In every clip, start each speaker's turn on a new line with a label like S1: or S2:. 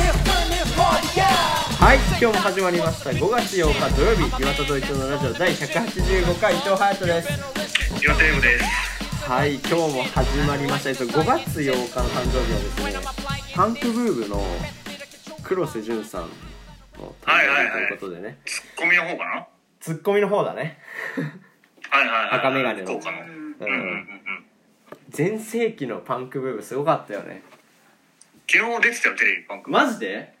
S1: this, turn this party out
S2: はい、今日も始まりました。5月8日土曜日、岩田と伊藤のラジオ第185回伊藤隼人です。
S3: 岩手英語です。
S2: はい、今日も始まりました。えっと5月8日の誕生日はですね、パンクブーブの黒瀬淳さんの誕
S3: はいはい
S2: 生日
S3: はい
S2: ということでね、
S3: ツッコミの方かな。
S2: ツッコミの方だね。
S3: はいはいはい。
S2: 赤眼鏡の
S3: 福岡の。うんうんうんうん。
S2: 全盛期のパンクブーブすごかったよね。
S3: 昨日出てたよテレビパンク。
S2: マジで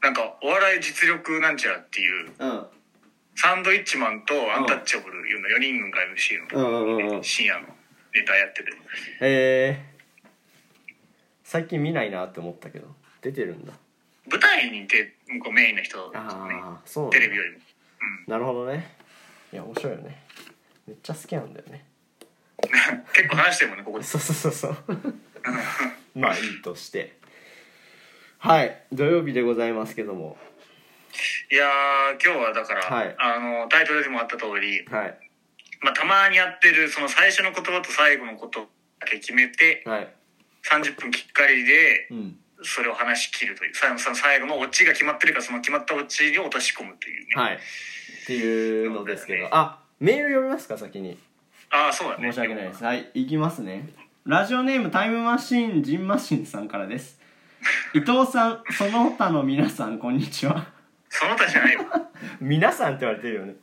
S3: なんかお笑い実力なんちゃらっていう
S2: うん。
S3: サンドイッチマンとアンタッチャブルいうの4人軍が
S2: う
S3: MC の、
S2: んうんうんうん。
S3: 深夜のネタやってて。
S2: えー、最近見ないなって思ったけど、出てるんだ。
S3: 舞台にいて向こうメインの人だったね。
S2: ああ、そうなんだ
S3: テレビよりも。
S2: なるほどねいや面白いよねめっちゃ好きなんだよね
S3: 結構話してるもんねここで。
S2: そうそうそう そうまあいいとしてはい土曜日でございますけども
S3: いやー今日はだから、
S2: はい
S3: あのタイトルでもあった通り、
S2: はい
S3: まあたまにやってるその最初の言葉と最後のことだけ決めて
S2: はい
S3: 30分きっかりで。
S2: うん
S3: それを話し切るという最後その最後のオチが決まってるからその決まったオチを落とし込むというね、
S2: はいっていうのですけど
S3: そうだよね
S2: あメール読みますか先に
S3: ああそうだね
S2: 申し訳ないですはいいきますねラジオネームタイムマシーンジンマシンさんからです伊藤さんその他の皆さんこんにちは
S3: その他じゃ ないよ
S2: 皆さんって言われてるよね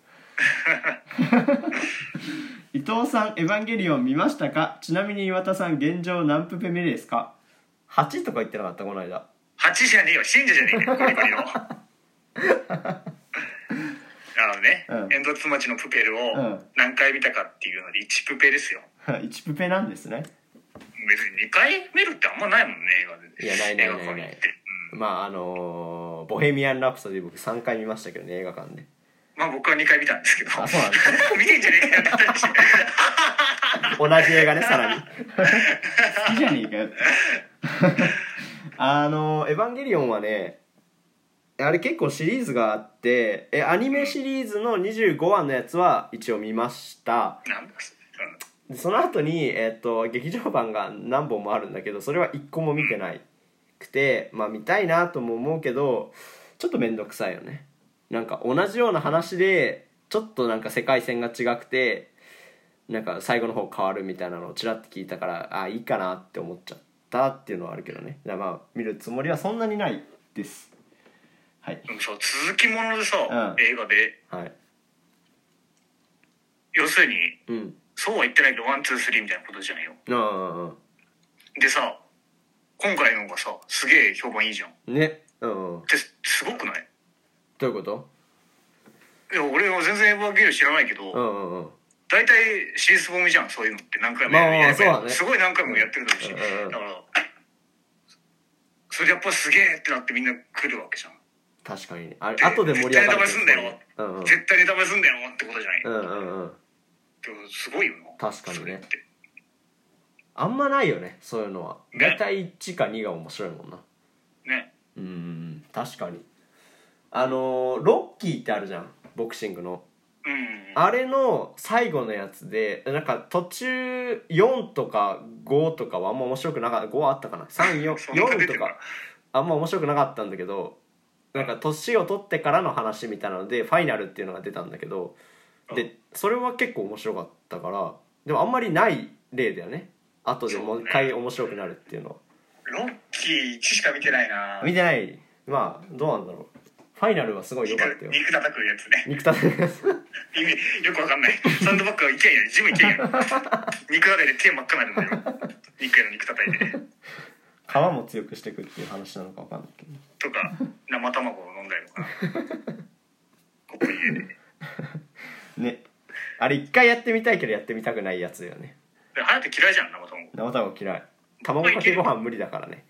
S2: 伊藤さん「エヴァンゲリオン」見ましたかちなみに岩田さん現状何プペ目ですか8とか言ってなかったこの 間
S3: 8じゃねえよ信者じゃねえよゴリゴ リのあのね、
S2: うん
S3: 煙突町のプペルを
S2: うん
S3: 何回見たかっていうので1プペですよ
S2: 1プペなんですね
S3: 別に2回見るってあんまないもんね映画で
S2: いやないないないない
S3: 映画館に行ってうん
S2: まああのーボヘミアン・ラプソディ」僕3回見ましたけどね映画館で
S3: まあ僕は2回見たんですけど
S2: あそうなんだ
S3: 見てんじゃねえかよって 話
S2: 同じ映画ねさらに好きじゃねえかよ あの「エヴァンゲリオン」はねあれ結構シリーズがあってえアニメシリーズの25話のやつは一応見ました
S3: なんだそれ、うん
S2: でその後にえっ、と劇場版が何本もあるんだけどそれは一個も見てないくてまあ見たいなとも思うけどちょっと面倒くさいよねなんか同じような話でちょっとなんか世界線が違くてなんか最後の方変わるみたいなのをちらっと聞いたからあいいかなって思っちゃったっていうのはあるけどねだからまあ見るつもりはそんなにないですはい
S3: でもさ続きものでさ、
S2: うん
S3: 映画で
S2: はい
S3: 要するに
S2: うん
S3: そうは言ってないけどワンツースリーみたいなことじゃんよ
S2: うんうん
S3: でさ今回のがさすげえ評判いいじゃんっ
S2: うんねうんうん
S3: てすごくない
S2: どういうこと
S3: いや俺は全然エヴァンゲリオン知らないけど、
S2: うんうんうん
S3: 大体シリーズボミじゃんそういうのって何回も
S2: まあまあまあ
S3: やる
S2: そうだね
S3: すごい何回もやってるだろうし、
S2: うんうんうん
S3: だからそれやっぱすげえってなってみんな来るわけじゃん、
S2: 確かにねあれ
S3: で
S2: 後で盛り上がる
S3: 絶対ダメすん
S2: うんうん
S3: 絶対ネタバレすんだよってことじゃない、
S2: うんうんうん
S3: でもすごいよな
S2: 確かにね
S3: それって
S2: あんまないよねそういうのは
S3: ね
S2: 大体1か2が面白いもんな
S3: ね
S2: うんうんうん確かにあのーロッキーってあるじゃんボクシングの
S3: うん
S2: あれの最後のやつでなんか途中4とか5とかはあんま面白くなかった5はあったかな
S3: そんな出
S2: 34
S3: て
S2: と
S3: る
S2: かあんま面白くなかったんだけどなんか年を取ってからの話みたいなのでファイナルっていうのが出たんだけどでそれは結構面白かったからでもあんまりない例だよね後でもう一回面白くなるっていうのは
S3: ロッキー1しか見てないな
S2: 見てないまあどうなんだろうファイナルはすごい良
S3: 肉
S2: かったよ
S3: 肉叩くやつね
S2: 肉食べるやつ
S3: 意味よくわかんないサンドバッグはいけんよジムいけんよ肉叩いて手真っ赤になるんだよ肉やの肉叩いて
S2: 皮も強くしていくっていう話なのか分かんないけど
S3: とか生卵を飲んだりとかここ家で
S2: ねあれ一回やってみたいけどやってみたくないやつだよね
S3: 隼人嫌いじゃん生卵
S2: 生卵嫌い卵かけご飯無理だからね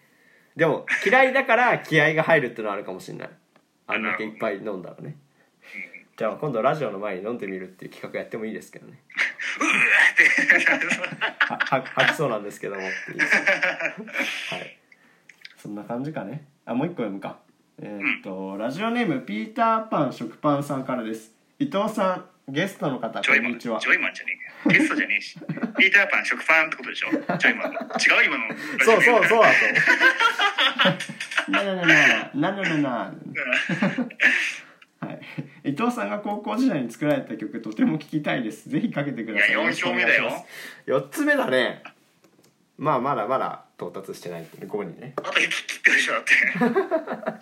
S2: でも嫌いだから気合が入るってのはあるかもしんないあんだけいっぱい飲んだらねじゃあ今度ラジオの前に飲んでみるっていう企画やってもいいですけどねはは吐きそうなんですけどもっていうはいそんな感じかねあもう一個読むかえーっとラジオネームピーターパン食パンさんからです伊藤さんゲストの方
S3: ジ
S2: こ
S3: ョイ
S2: ん
S3: マン
S2: に
S3: ジ
S2: ち
S3: ョ
S2: は
S3: イマンじゃねえゲストじゃねえしピーターパン食パンってことでしょジョイマンの違う今の
S2: そうそう
S3: う
S2: そうだとななななななななはい、伊藤さんが高校時代に作られた曲とても聴きたいですぜひかけてください
S3: いや
S2: よろしくお願いします4つ目だねまあまだまだ到達してないって5にね
S3: あと一匹切ってるでしょだっ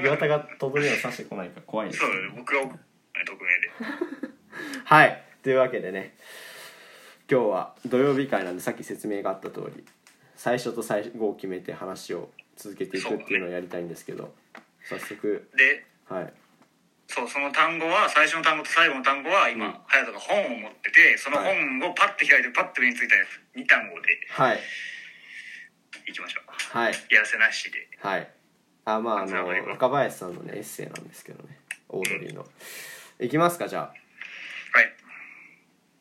S3: て
S2: 岩田が届けを刺してこないから怖いです
S3: そ
S2: ね
S3: う僕が匿名で
S2: はいというわけでね今日は土曜日会なんでさっき説明があった通り最初と最後を決めて話を続けていくっていうのをやりたいんですけど早速
S3: で
S2: はい
S3: そうその単語は最初の単語と最後の単語は
S2: うん
S3: 今隼人、が本を持っててその
S2: はい
S3: 本をパッて開いてパッて目についたやつ2単語で
S2: はい
S3: いきましょう
S2: はい
S3: やらせなしで
S2: はい。あ、まあ、あ
S3: じゃあ
S2: の
S3: 俺、が
S2: 若林さんのね、エッセイなんですけどね。オードリーの。いきますか、じゃあ。
S3: はい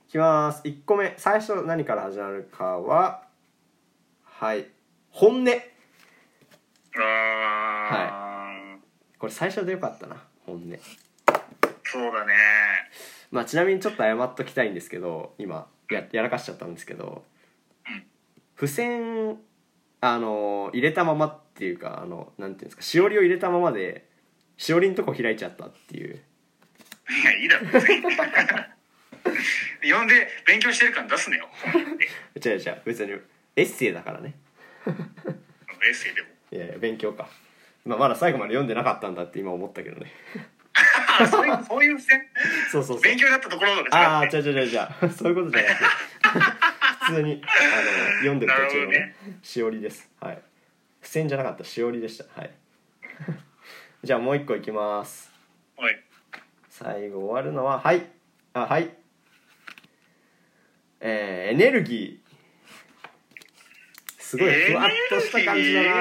S2: いきます。1個目。最初何から始まるかは、はい。本音。
S3: あー、
S2: これ最初でよかったな。本音。
S3: そうだね
S2: まあ、ちなみにちょっと謝っときたいんですけど、今、や、やらかしちゃったんですけど、付箋、あの、入れたままっていうか、あの、なんていうんですか、しおりを入れたままで、しおりのとこ開いちゃったっていう。
S3: いやいいだろ別 に呼んで勉強してる感出すねよ本って
S2: 違う違う、別に、エッセイだからね。
S3: エッセイでも
S2: いやいや勉強か、まあ、まだ最後まで読んでなかったんだって今思ったけどね
S3: あそういうそういう線
S2: そうそうそう
S3: 勉強だったところです
S2: ああ
S3: か
S2: 違う違う違う違う そういうことじゃなくて普通にあの読んでる途中のね
S3: なる
S2: しおりですはい付箋じゃなかったしおりでしたはい じゃあもう一個いきます
S3: はい
S2: 最後終わるのははいあはいえー、エネルギーすごいふわっとした感じだ
S3: エネ
S2: な、
S3: ル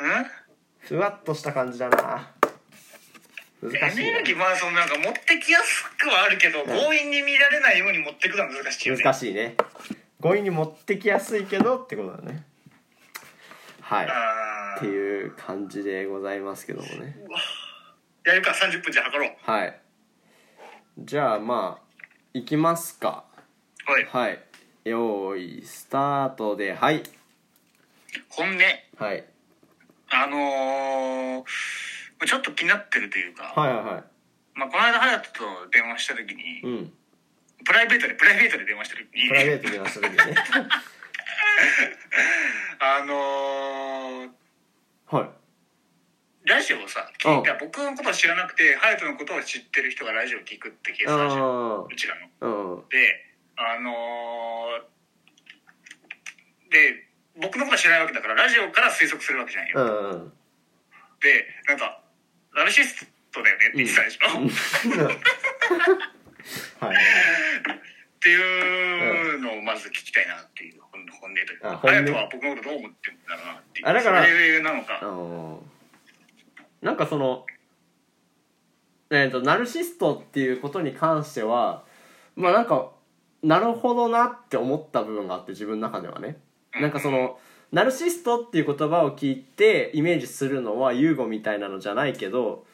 S3: うん
S2: ふわっとした感じだな難
S3: エ
S2: しい、ね、
S3: ネルギーまあそのなんか持ってきやすくはあるけど強引に見られないように持ってくのは難しいよね
S2: 難しいね強引に持ってきやすいけどってことだねはい
S3: あ
S2: って
S3: ー
S2: いう感じでございますけどもね
S3: やるか30分じゃ測ろう
S2: はいじゃあまあいきますか
S3: はい
S2: はい用意スタートではい
S3: 本音
S2: はい
S3: あのー、ちょっと気になってるというか、
S2: はいはいは
S3: まあ、この間隼人と電話した時に
S2: いうん
S3: プライベートでプライベートで電話した時に
S2: プライベートで話した時にね
S3: あのー、
S2: はい
S3: ラジオをさ聞いた僕のことを知らなくて隼人のことを知ってる人がラジオを聞くってケースあるじゃん
S2: あ
S3: うちらの。
S2: あうん
S3: であのーで僕のことは知らないわけだからラジオから推測するわけじゃんよ、
S2: うんうん
S3: でなんか「ナルシストだよね」って言ってたでしょ、っ
S2: はいはい
S3: ていうのをまず聞きたいなっていう本本音という
S2: あ
S3: か
S2: 本音
S3: 隼人は僕のことどう思ってるんだろうなっていう
S2: あだから
S3: それなの
S2: あ
S3: か
S2: のーなんかそのえっ、とナルシストっていうことに関してはまあなんかなるほどなって思った部分があって自分の中ではねなんかそのナルシストっていう言葉を聞いてイメージするのはユーゴみたいなのじゃないけど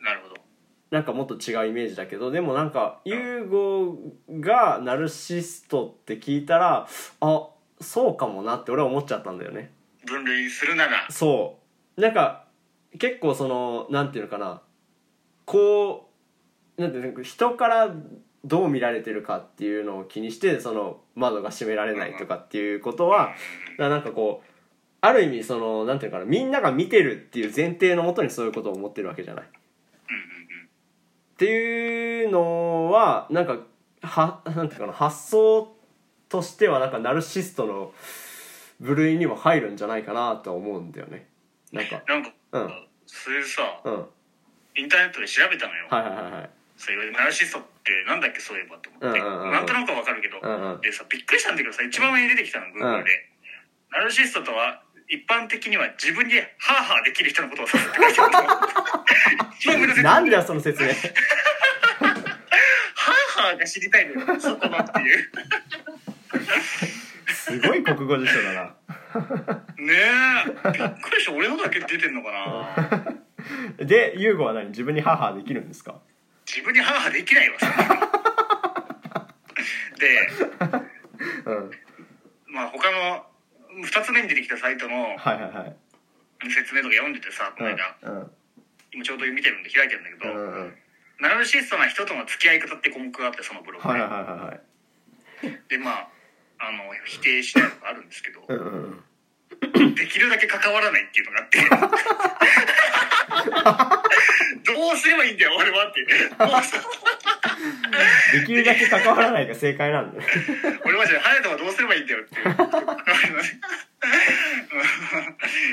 S3: なるほど
S2: なんかもっと違うイメージだけどでもなんかユーゴがナルシストって聞いたらあそうかもなって俺は思っちゃったんだよね
S3: 分類するなら
S2: そうなんか結構そのなんていうのかなこうなんていうの人からどう見られてるかっていうのを気にしてその窓が閉められないとかっていうことはななんかこうある意味そのなんていうのかなみんなが見てるっていう前提のもとにそういうことを思ってるわけじゃない。っていうのはなんかはなんていうかな発想としてはなんかナルシストの部類にも入るんじゃないかなとは思うんだよね。なんか
S3: なんか、
S2: うん
S3: それさ
S2: うんはい
S3: インターネットで調べたのよ、
S2: はいはいはい
S3: そういうナルシストってなんだっけそういえばと思って、
S2: うんうんうんうん
S3: なんとなくわかるけど、
S2: うんうん
S3: でさびっくりしたんだけどさ一番上に出てきたの Google で、ナルシストとは一般的には自分でハーハーできる人のことを指すって書いてあると思う 今村先生
S2: なんだよその説明
S3: ハーハーが知りたいの よそこのっていう
S2: すごい国語辞書だな
S3: ねえびっくりした俺のだけ出てんのかな
S2: でユーゴは何自分にハーハーできるんですか
S3: 自分でハーハーできないわそんなので
S2: うん
S3: まあ他の2つ目に出てきたサイトの
S2: はいはいはい
S3: 説明とか読んでてさこの間、
S2: うんうん
S3: 今ちょうど見てるんで開いてるんだけ
S2: う
S3: ど、
S2: んうん
S3: ナルシストな人との付き合い方って項目があってそのブログで、
S2: はいはいはいはいはい
S3: でまああの否定しないのがあるんですけど
S2: うんうんうん
S3: できるだけ関わらないっていうのがあって どうすればいいんだよ俺は ってもうそう
S2: できるだけ関わらないが正解なんだよ
S3: 俺はじゃあ隼人はどうすればいいんだよっていう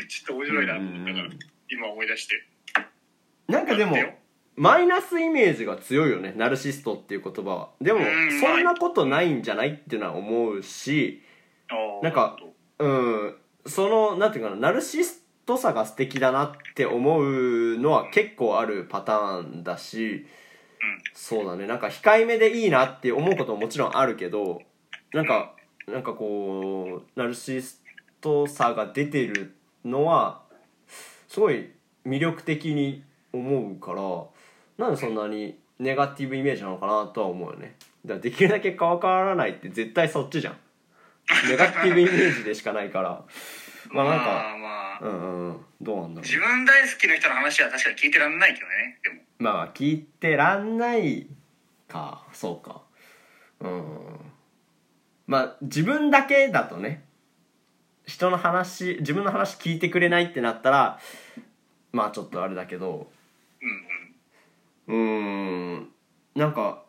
S3: ちょっと面白いなと思ったか
S2: う
S3: ら
S2: ん
S3: 今思い出して
S2: なんかでも
S3: だってよ
S2: マイナスイメージが強いよねナルシストっていう言葉はでも
S3: うん
S2: そんなことないんじゃないっていうのは思うし
S3: あ ー
S2: なんかうんそのなんていうかなナルシストさが素敵だなって思うのは結構あるパターンだしそうだねなんか控えめでいいなって思うことももちろんあるけどなんかなんかこうナルシストさが出てるのはすごい魅力的に思うからなんでそんなにネガティブイメージなのかなとは思うよねだからできるだけ関わらないって絶対そっちじゃんネガティブイメージでしかないからまあなん
S3: まあ
S2: か
S3: まあ
S2: うんうんどうなんだろ
S3: 自分大好きな人の話は確かに聞いてらんないけどねでも
S2: うまあ聞いてらんないかそうかうんまあ自分だけだとね人の話自分の話聞いてくれないってなったらまあちょっとあれだけど
S3: うんう
S2: うー
S3: ん
S2: んなんか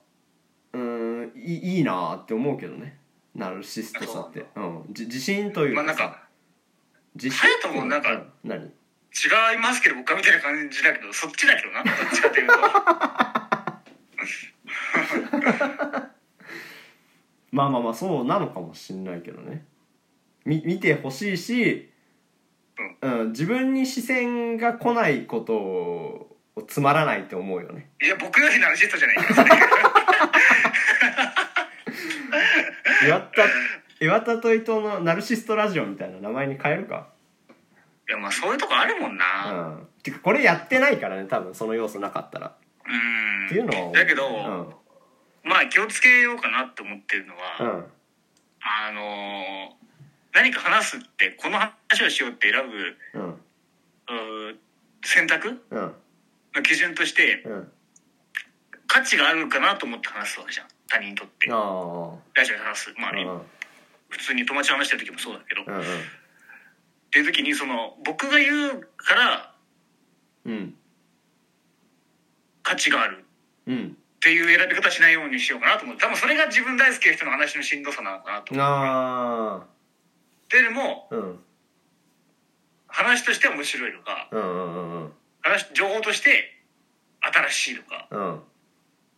S2: うーんいいいいなーって思うけどねナルシストさってうんじ自信という
S3: まあなん
S2: さ
S3: か
S2: 自
S3: 隼人もなんか
S2: うん何
S3: 違いますけど僕はみたいな感じだけどそっちだけどなどっちかという と
S2: まあまあまあそうなのかもしんないけどねみ見てほしいし、うん、自分に視線が来ないことをつまらないって思うよね
S3: いや僕よりのアシストじゃ ないですね
S2: 岩田岩田と伊藤のナルシストラジオみたいな名前に変えるか
S3: いやまあそういうとこあるもん
S2: う
S3: なうん
S2: てかこれやってないからね多分その要素なかったら
S3: ん
S2: っていうのは思う
S3: だけど、
S2: うん
S3: まあ気をつけようかなって思ってるのは、
S2: うん
S3: あのー何か話すってこの話をしようって選ぶ
S2: うん
S3: うー選択
S2: うん
S3: の基準として
S2: うん
S3: 価値があるかなと思って話すわけじゃん他人にとって
S2: あ
S3: ラジオで話すま
S2: あ
S3: あ
S2: う
S3: ね、
S2: んうん
S3: 普通に友達と話してる時もそうだけど、
S2: う
S3: っ
S2: ん
S3: ていう時にその僕が言うから
S2: うん
S3: 価値がある
S2: うん
S3: っていう選び方しないようにしようかなと思って多分それが自分大好きな人の話のしんどさなのかなと思っ
S2: あ
S3: てでも
S2: あうん
S3: 話として面白いとか
S2: うんうんうん
S3: 話情報として新しいとか
S2: うん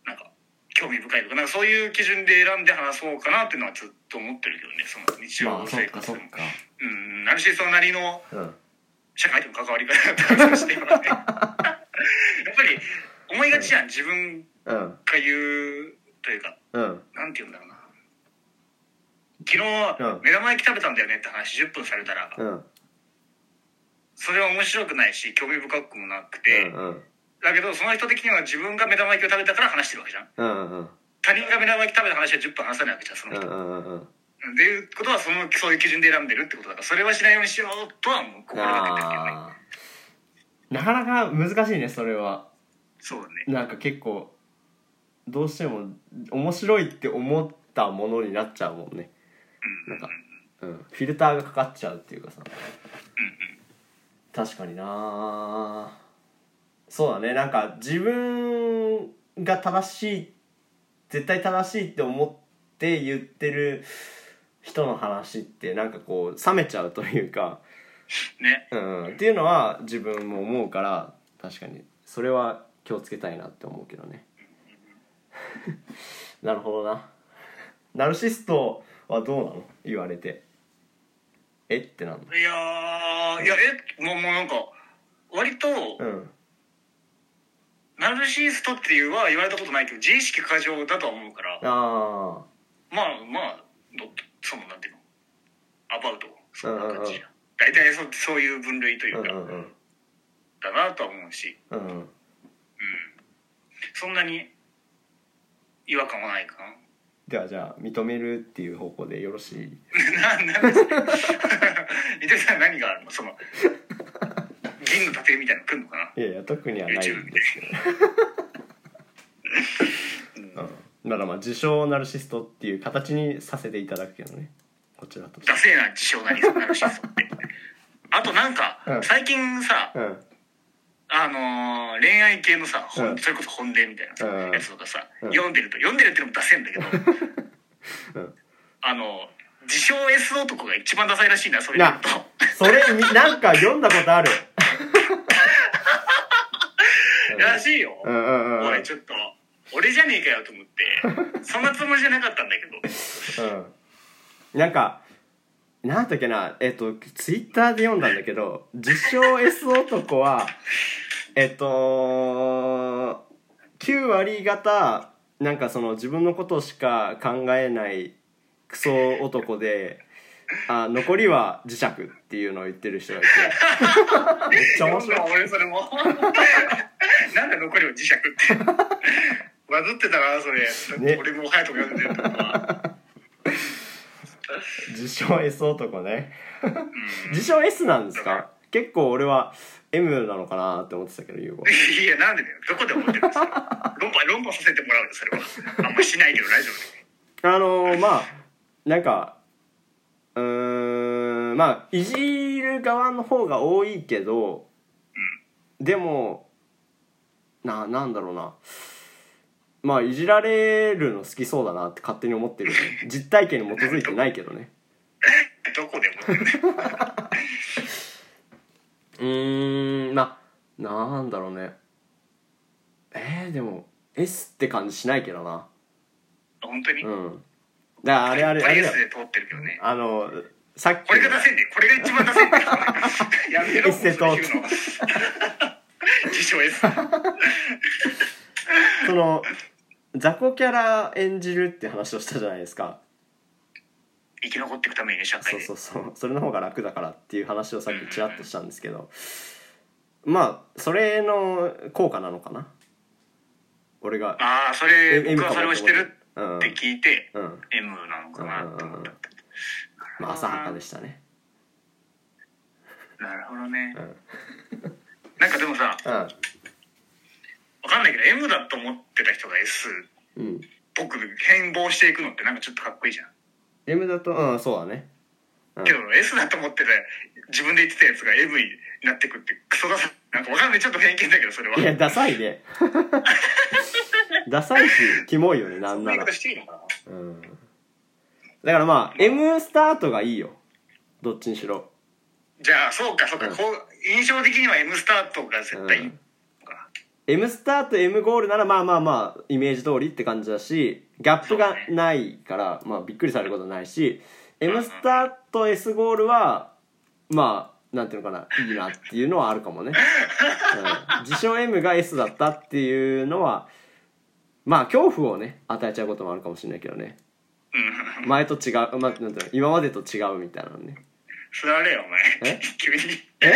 S3: なんか興味深いとかなんかそういう基準で選んで話そうかなっていうのはずっと思ってるけどねその日
S2: ま
S3: 常
S2: あそっ
S3: 生
S2: か
S3: 活
S2: そ
S3: で
S2: っ
S3: も、
S2: か
S3: うんナルシストなりの
S2: うん
S3: 社会との関わり方だったりして今 ねやっぱり思いがちじゃん自分
S2: うん
S3: が言うというか
S2: うん
S3: なんて言うんだろうな昨
S2: うん
S3: 日目玉焼き食べたんだよねって話10分されたら
S2: うんうん
S3: それは面白くないし興味深くもなくて、
S2: うん
S3: だけどその人的には自分が目玉焼きを食べたから話してるわけじゃん
S2: うんうん
S3: 他人が目玉焼き食べた話は10分話さないわけじゃんその
S2: うん
S3: 人
S2: うんうん
S3: っていうことはそのそういう基準で選んでるってことだからそれはしないようにしようとはもう心がけてるけどね
S2: あーなかなか難しいねそれは
S3: そうだね
S2: なんか結構どうしても面白いって思ったものになっちゃうもんねなんか、うん、フィルターがかかっちゃうっていうかさ確かになそうだねなんか自分が正しい絶対正しいって思って言ってる人の話ってなんかこう冷めちゃうというか
S3: ね
S2: うん、っていうのは自分も思うから確かにそれは気をつけたいなって思うけどね なるほどなナルシストはどうなの言われてえってなんの
S3: いやーいやえもうもうなんか割と
S2: うん
S3: ナルシストっていうは言われたことないけど自意識過剰だとは思うから
S2: あ
S3: まあまあどそのなんていうのアバウトそんな感じ
S2: うんうんうん
S3: 大体そそういう分類とい
S2: あう
S3: うん
S2: う
S3: か、
S2: んうん
S3: だなとは思うし
S2: うんうん
S3: そんなに違和感はないか
S2: ではじゃあ認めるっていう方向でよろしい
S3: なななんですか 伊藤さん何があるのその銀の盾みたいなの来んのかない
S2: やいや特にはないんですけど、うん、ならまあ自称ナルシストっていう形にさせていただくけどねこちらとして
S3: ダセえな自称何ナルシストってあとなんか、
S2: うん
S3: 最近さ、
S2: うんうん
S3: あのー恋愛系のさ、ほん
S2: うん
S3: それこそ本音みたいなさ、
S2: うん
S3: やつとかさ、
S2: うん
S3: 読んでると読んでるってのも出せんだけど、
S2: うん
S3: あの自称 S 男が一番ダサいらしいなそれで言うと
S2: なそれみなんか読んだことある
S3: らしいよ、
S2: うんうんうんうん
S3: 俺ちょっと俺じゃねえかよと思ってそんなつもりじゃなかったんだけど
S2: うんなんかなんだっけなえっ、とツイッターで読んだんだけど自称 S 男はえっと9割方なんかその自分のことしか考えないクソ男であ残りは磁石っていうのを言ってる人がいてめっちゃ面白い
S3: 俺それもなんで残りを磁石ってバズってたなそれ、
S2: ね
S3: 俺も隼人が読んでるってことは
S2: 自称 S 男ね自称 S なんですか結構俺は M なのかなって思ってたけど優吾
S3: いやなんでだよどこで思ってるんですか論破論破させてもらうよそれはあんましないけど大丈夫
S2: あのーまあなんかうーんまあいじる側の方が多いけど、でもななんだろうなまあいじられるの好きそうだなって勝手に思ってるよね実体験に基づいてないけどね
S3: どこでもってるね
S2: うーんまあなんだろうねえー、でも S って感じしないけどな
S3: 本当に、
S2: うんだからあれあれ
S3: パ
S2: あ
S3: リ
S2: れ
S3: エ
S2: だ
S3: ス
S2: よ
S3: で通ってるけどね
S2: あのさっき
S3: これが出せんでこれが一番出せんでやめろ
S2: エスで通って
S3: そういうの自称 S
S2: その雑魚キャラ演じるって話をしたじゃないですか
S3: 生き残っていくためにね社会
S2: そう
S3: で
S2: そうそうそれの方が楽だからっていう話をさっきちらっとしたんですけどまあそれの効果なのかな俺が
S3: ああそ
S2: え
S3: れ
S2: M
S3: 僕は
S2: か
S3: それ
S2: もっ
S3: を
S2: て
S3: 知っ
S2: 思
S3: て
S2: っ
S3: る
S2: たうん
S3: って聞いて、
S2: うん
S3: M なのかなって思ったって、
S2: まあ浅はかでしたね
S3: なるほどね、
S2: うん
S3: なんかでもさ
S2: うん
S3: わかんないけど M だと思ってた人が S
S2: うん
S3: っぽく変貌していくのってなんかちょっとかっこいいじゃん、
S2: M だとうんそうだねうん
S3: けど S だと思ってた自分で言ってたやつが M になってくってクソださなんかわかんないちょっと偏見だけどそれはい
S2: やダサい でダサいしキモいよねな
S3: そ
S2: ん
S3: んな
S2: な
S3: 言い
S2: ら
S3: 方していいのかな
S2: うんだからまあ M スタートがいいよどっちにしろ
S3: じゃあそうかそうか、
S2: うん
S3: こう印象的には M スタートが絶対いいのか、
S2: M スターと M ゴールならまあまあまあイメージ通りって感じだしギャップがないから、まあ、びっくりされることないし M スターと S ゴールはまあなんていうのかないいなっていうのはあるかもね、うん、自称 M が S だったっていうのはまあ恐怖をね与えちゃうこともあるかもしれないけどね前と違う、まあ、なんていうの今までと違うみたいなのね
S3: 座れよお前
S2: え
S3: 急に
S2: え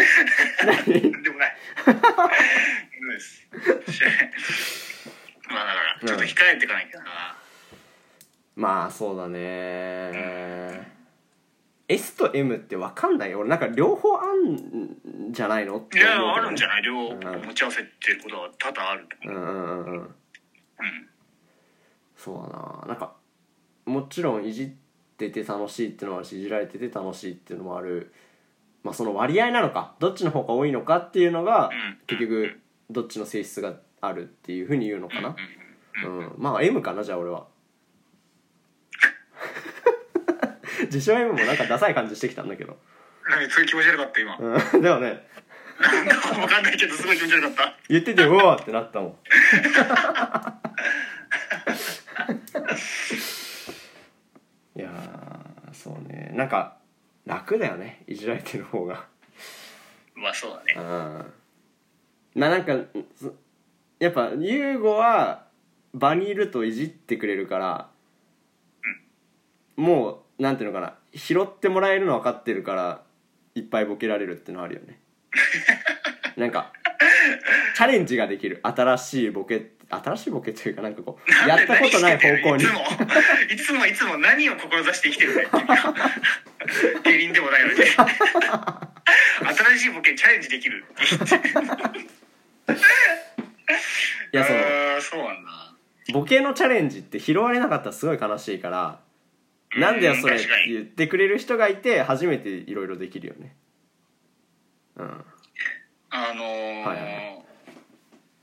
S3: なんでもない無理です知らないまあだからちょっと控えていかなきゃな、
S2: まあそうだね S と M って分かんないよ俺なんか両方あんじゃないのっ
S3: い
S2: て
S3: やあるんじゃない両
S2: ん
S3: 方持ち合わせてることは多々あると思う
S2: うんうんうんうんそうだななんかもちろんいじってて楽しいっていうのもあるしいじられてて楽しいっていうのもあるまあその割合なのかどっちの方が多いのかっていうのが
S3: ん
S2: 結局どっちの性質があるっていうふうに言うのかなうんまあ M かなじゃあ俺 は自称 M もなんかダサい感じしてきたんだけど
S3: なんかすごい気持ち悪かった今
S2: うんでもね
S3: なんか分かんないけどすごい気持ち悪かった
S2: 言っててうわーってなったもんいやーそうねなんか楽だよねいじられてる方が
S3: まあそうだね
S2: うんななんかそやっぱ優吾は場にいるといじってくれるからもうなんていうのかな拾ってもらえるの分かってるからいっぱいボケられるってのあるよ ねなんかチャレンジができる新しいボケ新しいボケというかなんかこうやったことない方向に
S3: いつもいつもいつも何を志して生きてるんだよ君は芸人でもないのに新しいボケにチャレンジできるって言って
S2: いやその
S3: あーそうなんだ
S2: ボケのチャレンジって拾われなかったらすごい悲しいから
S3: うん
S2: なんだよそれって
S3: 確かに
S2: 言ってくれる人がいて初めていろいろできるよねうん
S3: あのー
S2: はいはい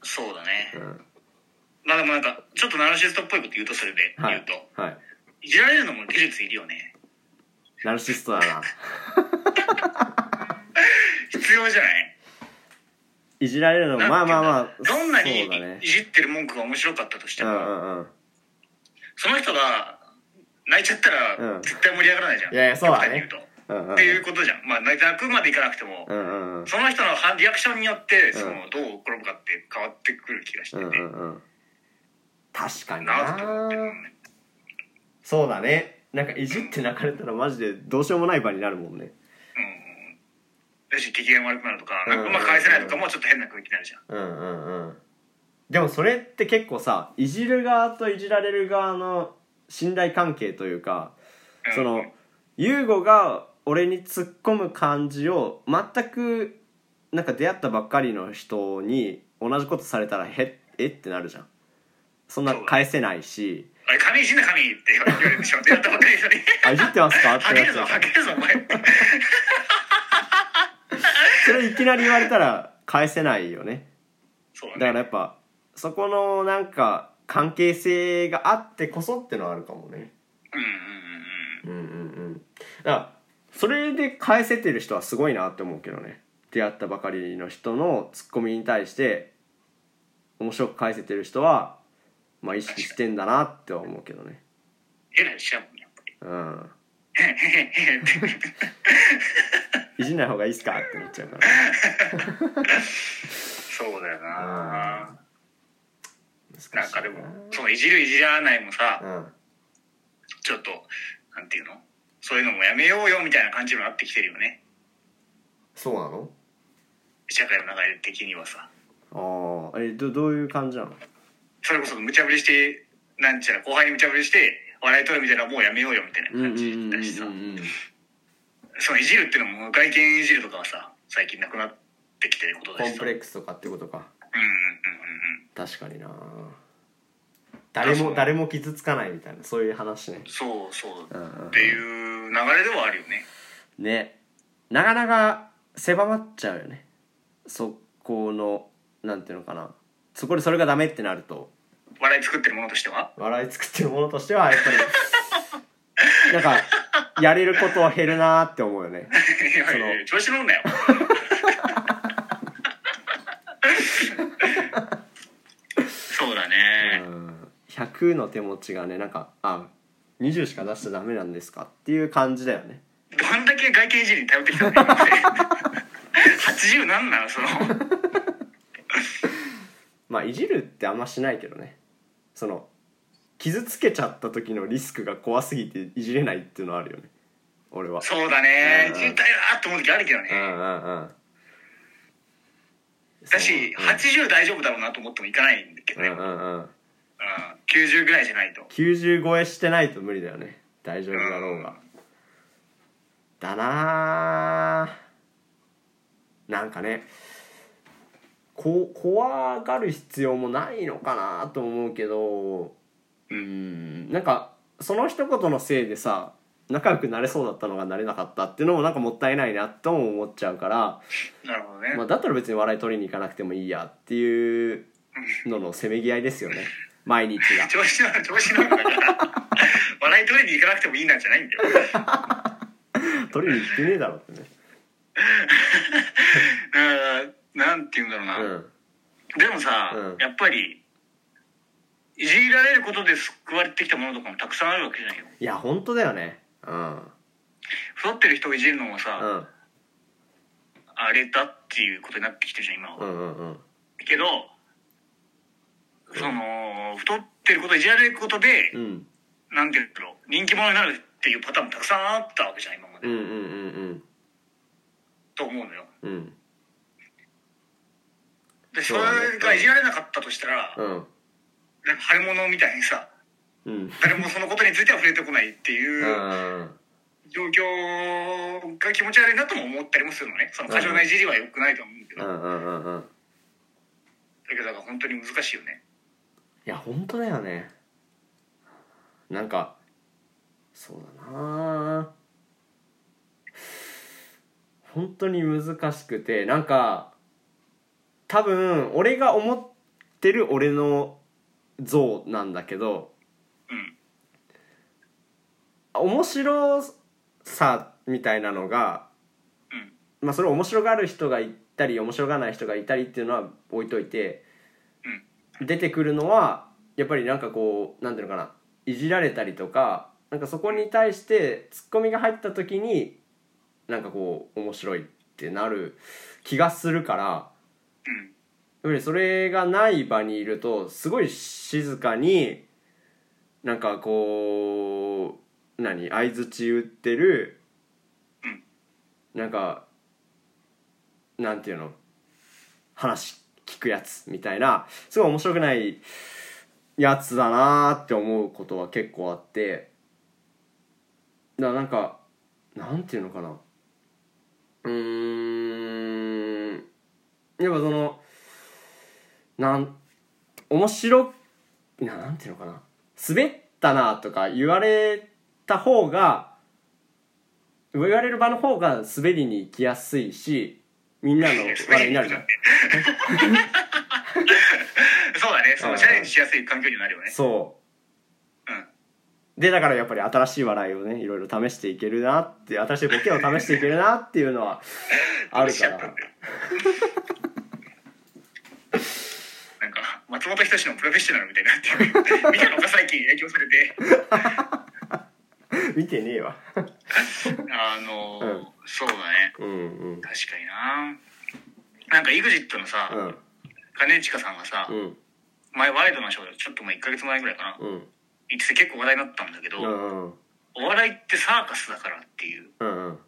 S3: そうだね、
S2: うん
S3: まあでもなんかちょっとナルシストっぽいこと言うとそれで
S2: は
S3: 言う
S2: い
S3: と、
S2: はい
S3: い、じられるのも技術いるよね
S2: ナルシストだな
S3: 必要じゃない
S2: いじられるのもまあまあまあ
S3: どんなに
S2: そうだね
S3: いじってる文句が面白かったとして
S2: う
S3: も、
S2: んうんうん
S3: その人が泣いちゃった
S2: う
S3: ら
S2: ん
S3: 絶対盛り上がらないじゃん、
S2: いやいやそうだね
S3: 極端に言うと、
S2: うんうん
S3: っていうことじゃんまあ泣くまでいかなくても、
S2: うんうんうん
S3: その人の反リアクションによってその、
S2: うん
S3: どう転ぶかって変わってくる気がして
S2: う
S3: て、
S2: んうんうん確かに
S3: なと思ってるの
S2: な
S3: ね
S2: そうだねなんかいじって泣かれたらマジでどうしようもない場になるもんね
S3: だし機嫌悪くなるとか
S2: うん
S3: なんかうまく返せないとかもちょっと変な空気になるじゃん
S2: うんうんうんでもそれって結構さいじる側といじられる側の信頼関係というか、
S3: うん
S2: その優吾が俺に突っ込む感じを全くなんか出会ったばっかりの人に同じことされたらへえってなるじゃんそんな返せないし
S3: 「あれ髪いじんな髪」って言われてしまってやったばっかり でに
S2: 「あいじってますか?」って
S3: はげ
S2: な
S3: る
S2: っち
S3: ぞ
S2: ゃう
S3: はげるぞお前って
S2: それいきなり言われたら返せないよね
S3: そう
S2: だか
S3: だね
S2: らやっぱそこのなんか関係性があってこそってのはあるかもね
S3: うんうんうん
S2: うんうんうんだからそれで返せてる人はすごいなって思うけどね出会ったばかりの人のツッコミに対して面白く返せてる人はまあ意識してんだなっては思うけどね
S3: えらいしちゃうもんねやっぱり
S2: うん
S3: へへへって
S2: いじんない方がいいっすかってなっちゃうからね
S3: そうだよな
S2: 難しい
S3: なんかでもそのいじるいじらないもさ
S2: うん
S3: ちょっとなんていうのそういうのもやめようよみたいな感じにもなってきてるよね
S2: そうなの
S3: 社会の流れ的にはさ
S2: ああえどどういう感じなの
S3: それこそ無茶ぶりしてなんちゃら後輩に無茶ぶりして笑い取るみたいなもうやめようよみたいな感じだしさそのいじるっていうのも外見いじるとかはさ最近なくなってきてることだ
S2: コ
S3: し
S2: ン
S3: さ
S2: プレックスとかってことか
S3: うんうんうんうん
S2: 確かにな誰も誰も傷つかないみたいなそういう話ね
S3: そうそう
S2: うんうんうん
S3: っていう流れではあるよね
S2: ねなかなか狭まっちゃうよねそこのなんていうのかなそこでそれがダメってなると
S3: 笑い作ってるものとしては
S2: 笑い作ってるものとしてはやっぱ りなんかやれることは減るなーって思うよね
S3: いやいやいや調子乗んなよ そうだね、
S2: うん100の手持ちがねなんかあ20しか出しちゃダメなんですかっていう感じだよね
S3: どんだけ外見いじりに頼ってきたんだ よ80なんなのその
S2: まあいじるってあんましないけどねその傷つけちゃった時のリスクが怖すぎていじれないっていうのはあるよね俺は
S3: そうだね
S2: うん
S3: いじりたいなって思う時あるけど
S2: うんう
S3: ね
S2: んうん
S3: だし
S2: そう
S3: 80大丈夫だろうなと思ってもいかないんだけど
S2: うん
S3: ね、
S2: う
S3: うん、
S2: んうんうん
S3: 90ぐらいじゃないと
S2: 90超えしてないと無理だよね大丈夫だろうがだなーなんかねこ怖がる必要もないのかなと思うけどうんなんかその一言のせいでさ仲良くなれそうだったのがなれなかったっていうのもなんかもったいないなとも思っちゃうから
S3: なるほどね、
S2: まあ、だったら別に笑い取りに行かなくてもいいやっていうののせめぎ合いですよね毎日が
S3: 調子乗る調子乗るんだから笑い取りに行かなくてもいいなんじゃないんだよ
S2: 取りに行ってねえだろってね
S3: うんなんて言うんだろうな、
S2: うん
S3: でもさ、
S2: うん
S3: やっぱりいじられることで救われてきたものとかもたくさんあるわけじゃないよ
S2: いや本当だよねうん
S3: 太ってる人をいじるのもさ、
S2: うん
S3: あれだっていうことになってきてるじゃん今
S2: う
S3: は、
S2: んうんうん
S3: けどその太ってることをいじられることで、
S2: うん
S3: なんていうんだろう人気者になるっていうパターンもたくさんあったわけじゃん今まで、
S2: うんうんうん
S3: と思うのよ
S2: うんうん
S3: でそ
S2: そうだね
S3: れがいじられなかったとしたら、
S2: うん
S3: なんか腫れ物みたいにさ
S2: うん
S3: 誰もそのことについては触れてこないっていう
S2: うん
S3: 状況が気持ち悪いなとも思ったりもするのねその過剰ないじりは良くないと思うけど、
S2: うんうんうんうん
S3: だけどだから本当に難しいよね
S2: いや本当だよねなんかそうだな本当に難しくてなんか多分俺が思ってる俺の像なんだけど
S3: うん
S2: 面白さみたいなのが、まあそれ面白がる人がいたり面白がらない人がいたりっていうのは置いといて、出てくるのはやっぱりなんかこうなんていうのかないじられたりとかなんかそこに対してツッコミが入った時になんかこう面白いってなる気がするから。
S3: うん
S2: やっぱりそれがない場にいるとすごい静かになんかこう何相づち打ってるなんかなんていうの話聞くやつみたいなすごい面白くないやつだなーって思うことは結構あってだからなんかなんていうのかなうーんやっぱそのなん面白ななんていうのかな滑ったなとか言われた方が言われる場の方が滑りに行きやすいしみんなの笑いになるじゃん
S3: そうだねそ
S2: うん
S3: のチャレンジしやすい環境になるよね
S2: そう、でだからやっぱり新しい笑いをねいろいろ試していけるなって新しいボケを試していけるなっていうの はある
S3: しち
S2: か
S3: ゃった
S2: ら
S3: んだよなんか松本人志のプロフェッショナルみたいになって る見たのか最近影響されて
S2: 見てねえわ
S3: あの、
S2: うん
S3: そうだね
S2: うんうん
S3: 確かにななんか EXIT のさ、
S2: うん
S3: 金近さんがさ、
S2: うん
S3: 前ワイドなショーでちょっと前1ヶ月前ぐらいかな
S2: うん
S3: 行ってて結構話題になったんだけど、
S2: うん
S3: お笑いってサーカスだからっていう
S2: うんうん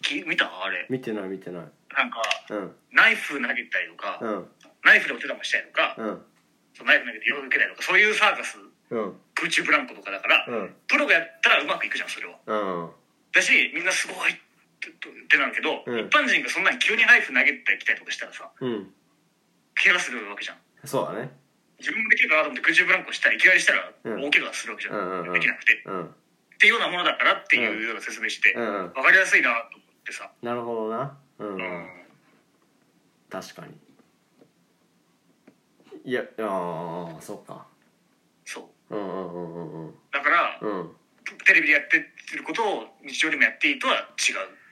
S3: き見たあれ
S2: 見てない見てない
S3: なんか
S2: うん
S3: ナイフ投げたりとか、
S2: うん
S3: ナイフでお手玉したりとか、
S2: うん
S3: そのナイフ投げてよ受けたりとかそういうサーカス
S2: うん
S3: 空中ブランコとかだから、
S2: うん
S3: プロがやったらうまくいくじゃんそれは
S2: うん
S3: だしみんなすごいってってなるけど、
S2: うん
S3: 一般人がそんなに急にナイフ投げたり来たりとかしたらさ
S2: うん
S3: 怪我するわけじゃん
S2: そうだね
S3: 自分もできるかなと思って空中ブランコしたらいきなりしたら
S2: うん
S3: 大怪我するわけじゃ
S2: うんうん
S3: ん、
S2: うん
S3: できなくてっ
S2: うん
S3: ていうようなものだからっていうような説明して、
S2: うんうん
S3: 分かりやすいなと思ってさ、
S2: なるほどなうん、
S3: うん
S2: 確かにいやああそうか
S3: そう
S2: うんうんうんうんうん
S3: だから、
S2: うん
S3: テレビでやってることを日常でもやっていいとは違うっ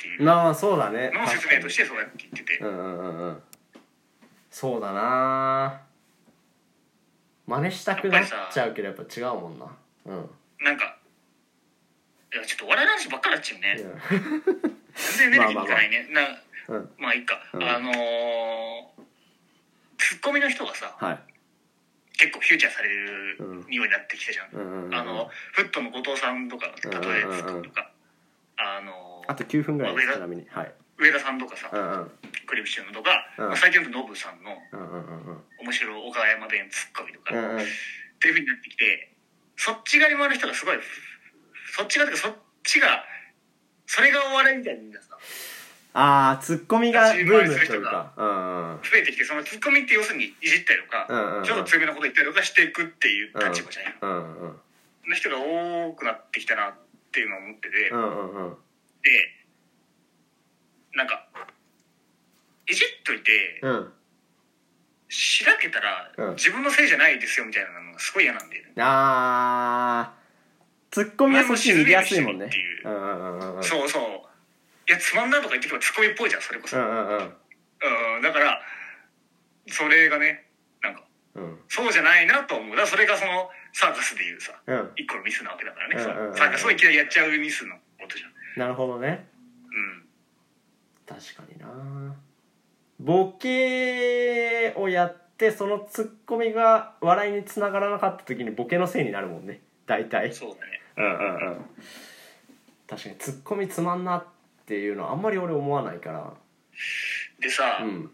S3: ていう
S2: まあそうだね
S3: のを説明としてそうやって言ってて、
S2: うんうんうんうんそうだな真似したくなっちゃうけどやっぱ違うもんなうん
S3: なんかいやちょっとお笑いの話ばっかりなっちゃう
S2: い
S3: ね
S2: や
S3: 全然エネルギーいかないね、
S2: まあまあまあ
S3: なまあいいか、
S2: うん
S3: あのーツッコミの人がさ
S2: はい
S3: 結構フューチャーされるようになってきたじゃん、
S2: うんうんうん
S3: あのフットの後藤さんとか例えツッコミとか、あのー
S2: あと9分ぐらいですちなみにはい
S3: 上田さんとかさ、
S2: うんうん
S3: クリプシウムとか、
S2: うん
S3: まあ最近だとノブさんの
S2: うんうんうんうん
S3: 面白岡山弁ツッコミとか、
S2: うんうん
S3: っていうふうになってきてそっち側に回る人がすごいそっち側というかそっちがそれがお笑いみたいにみんなさ
S2: ああツッコミがブームというかうんうん
S3: 増えてきてそのツッコミって要するにいじったりとか、
S2: うんうんうん
S3: ちょっと強めなこと言ったりとかしていくっていう立場じゃない、
S2: うんうん
S3: の人が多くなってきたなっていうのを思ってて、
S2: うんうんうん
S3: でなんかいじっといて、
S2: うん
S3: しらけたら、
S2: うん
S3: 自分のせいじゃないですよみたいなのがすごい嫌なんで、
S2: あーツッコミはそっちに逃げやすいもんね
S3: 前も沈めるしっていう
S2: うんうんうんうんうん
S3: そうそういやつまんないとか言ってきればツッコミっぽいじゃんそれこそ、
S2: うんうん
S3: うんだからそれがねなんか
S2: うん
S3: そうじゃないなと思うだからそれがそのサーカスでいうさ
S2: うん
S3: 一個のミスなわけだからね、
S2: うんうんうん
S3: サーカスをいきなりやっちゃうミスのことじゃん
S2: なるほどね
S3: うん
S2: 確かになボケをやってそのツッコミが笑いにつながらなかった時にボケのせいになるもんね大体
S3: そうだね
S2: うんうんうん確かにツッコミつまんなっていうのはあんまり俺思わないから
S3: でさ、
S2: うん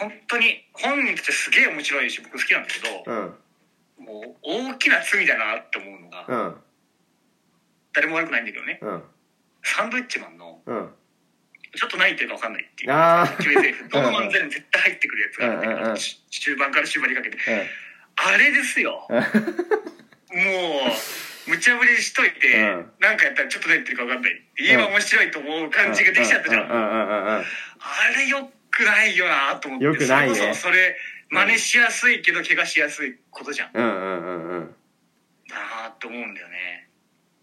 S3: 本当に本人としてすげえ面白いし僕好きなんだけど、
S2: うん
S3: もう大きな罪だなって思うのが、
S2: うん
S3: 誰も悪くないんだけどね
S2: うん
S3: サンドイッチマンの
S2: うん
S3: ちょっと何言ってるか分かんないっていう
S2: ああ
S3: 決めてどの漫才にも絶対入ってくるやつがあるんだ
S2: うんうん
S3: け
S2: うん
S3: どち中盤から終盤にかけてあれで すよもう無茶ぶりしといて、
S2: うん
S3: なんかやったらちょっと何言ってるか分かんない言えば面白いと思う感じができちゃったじゃん、
S2: うんうんうんうんうん
S3: あれよくないよなと思って
S2: よくないね
S3: それこそそれ真似しやすいけど怪我しやすいことじゃん
S2: うんうんうんうん
S3: だなって思うんだよね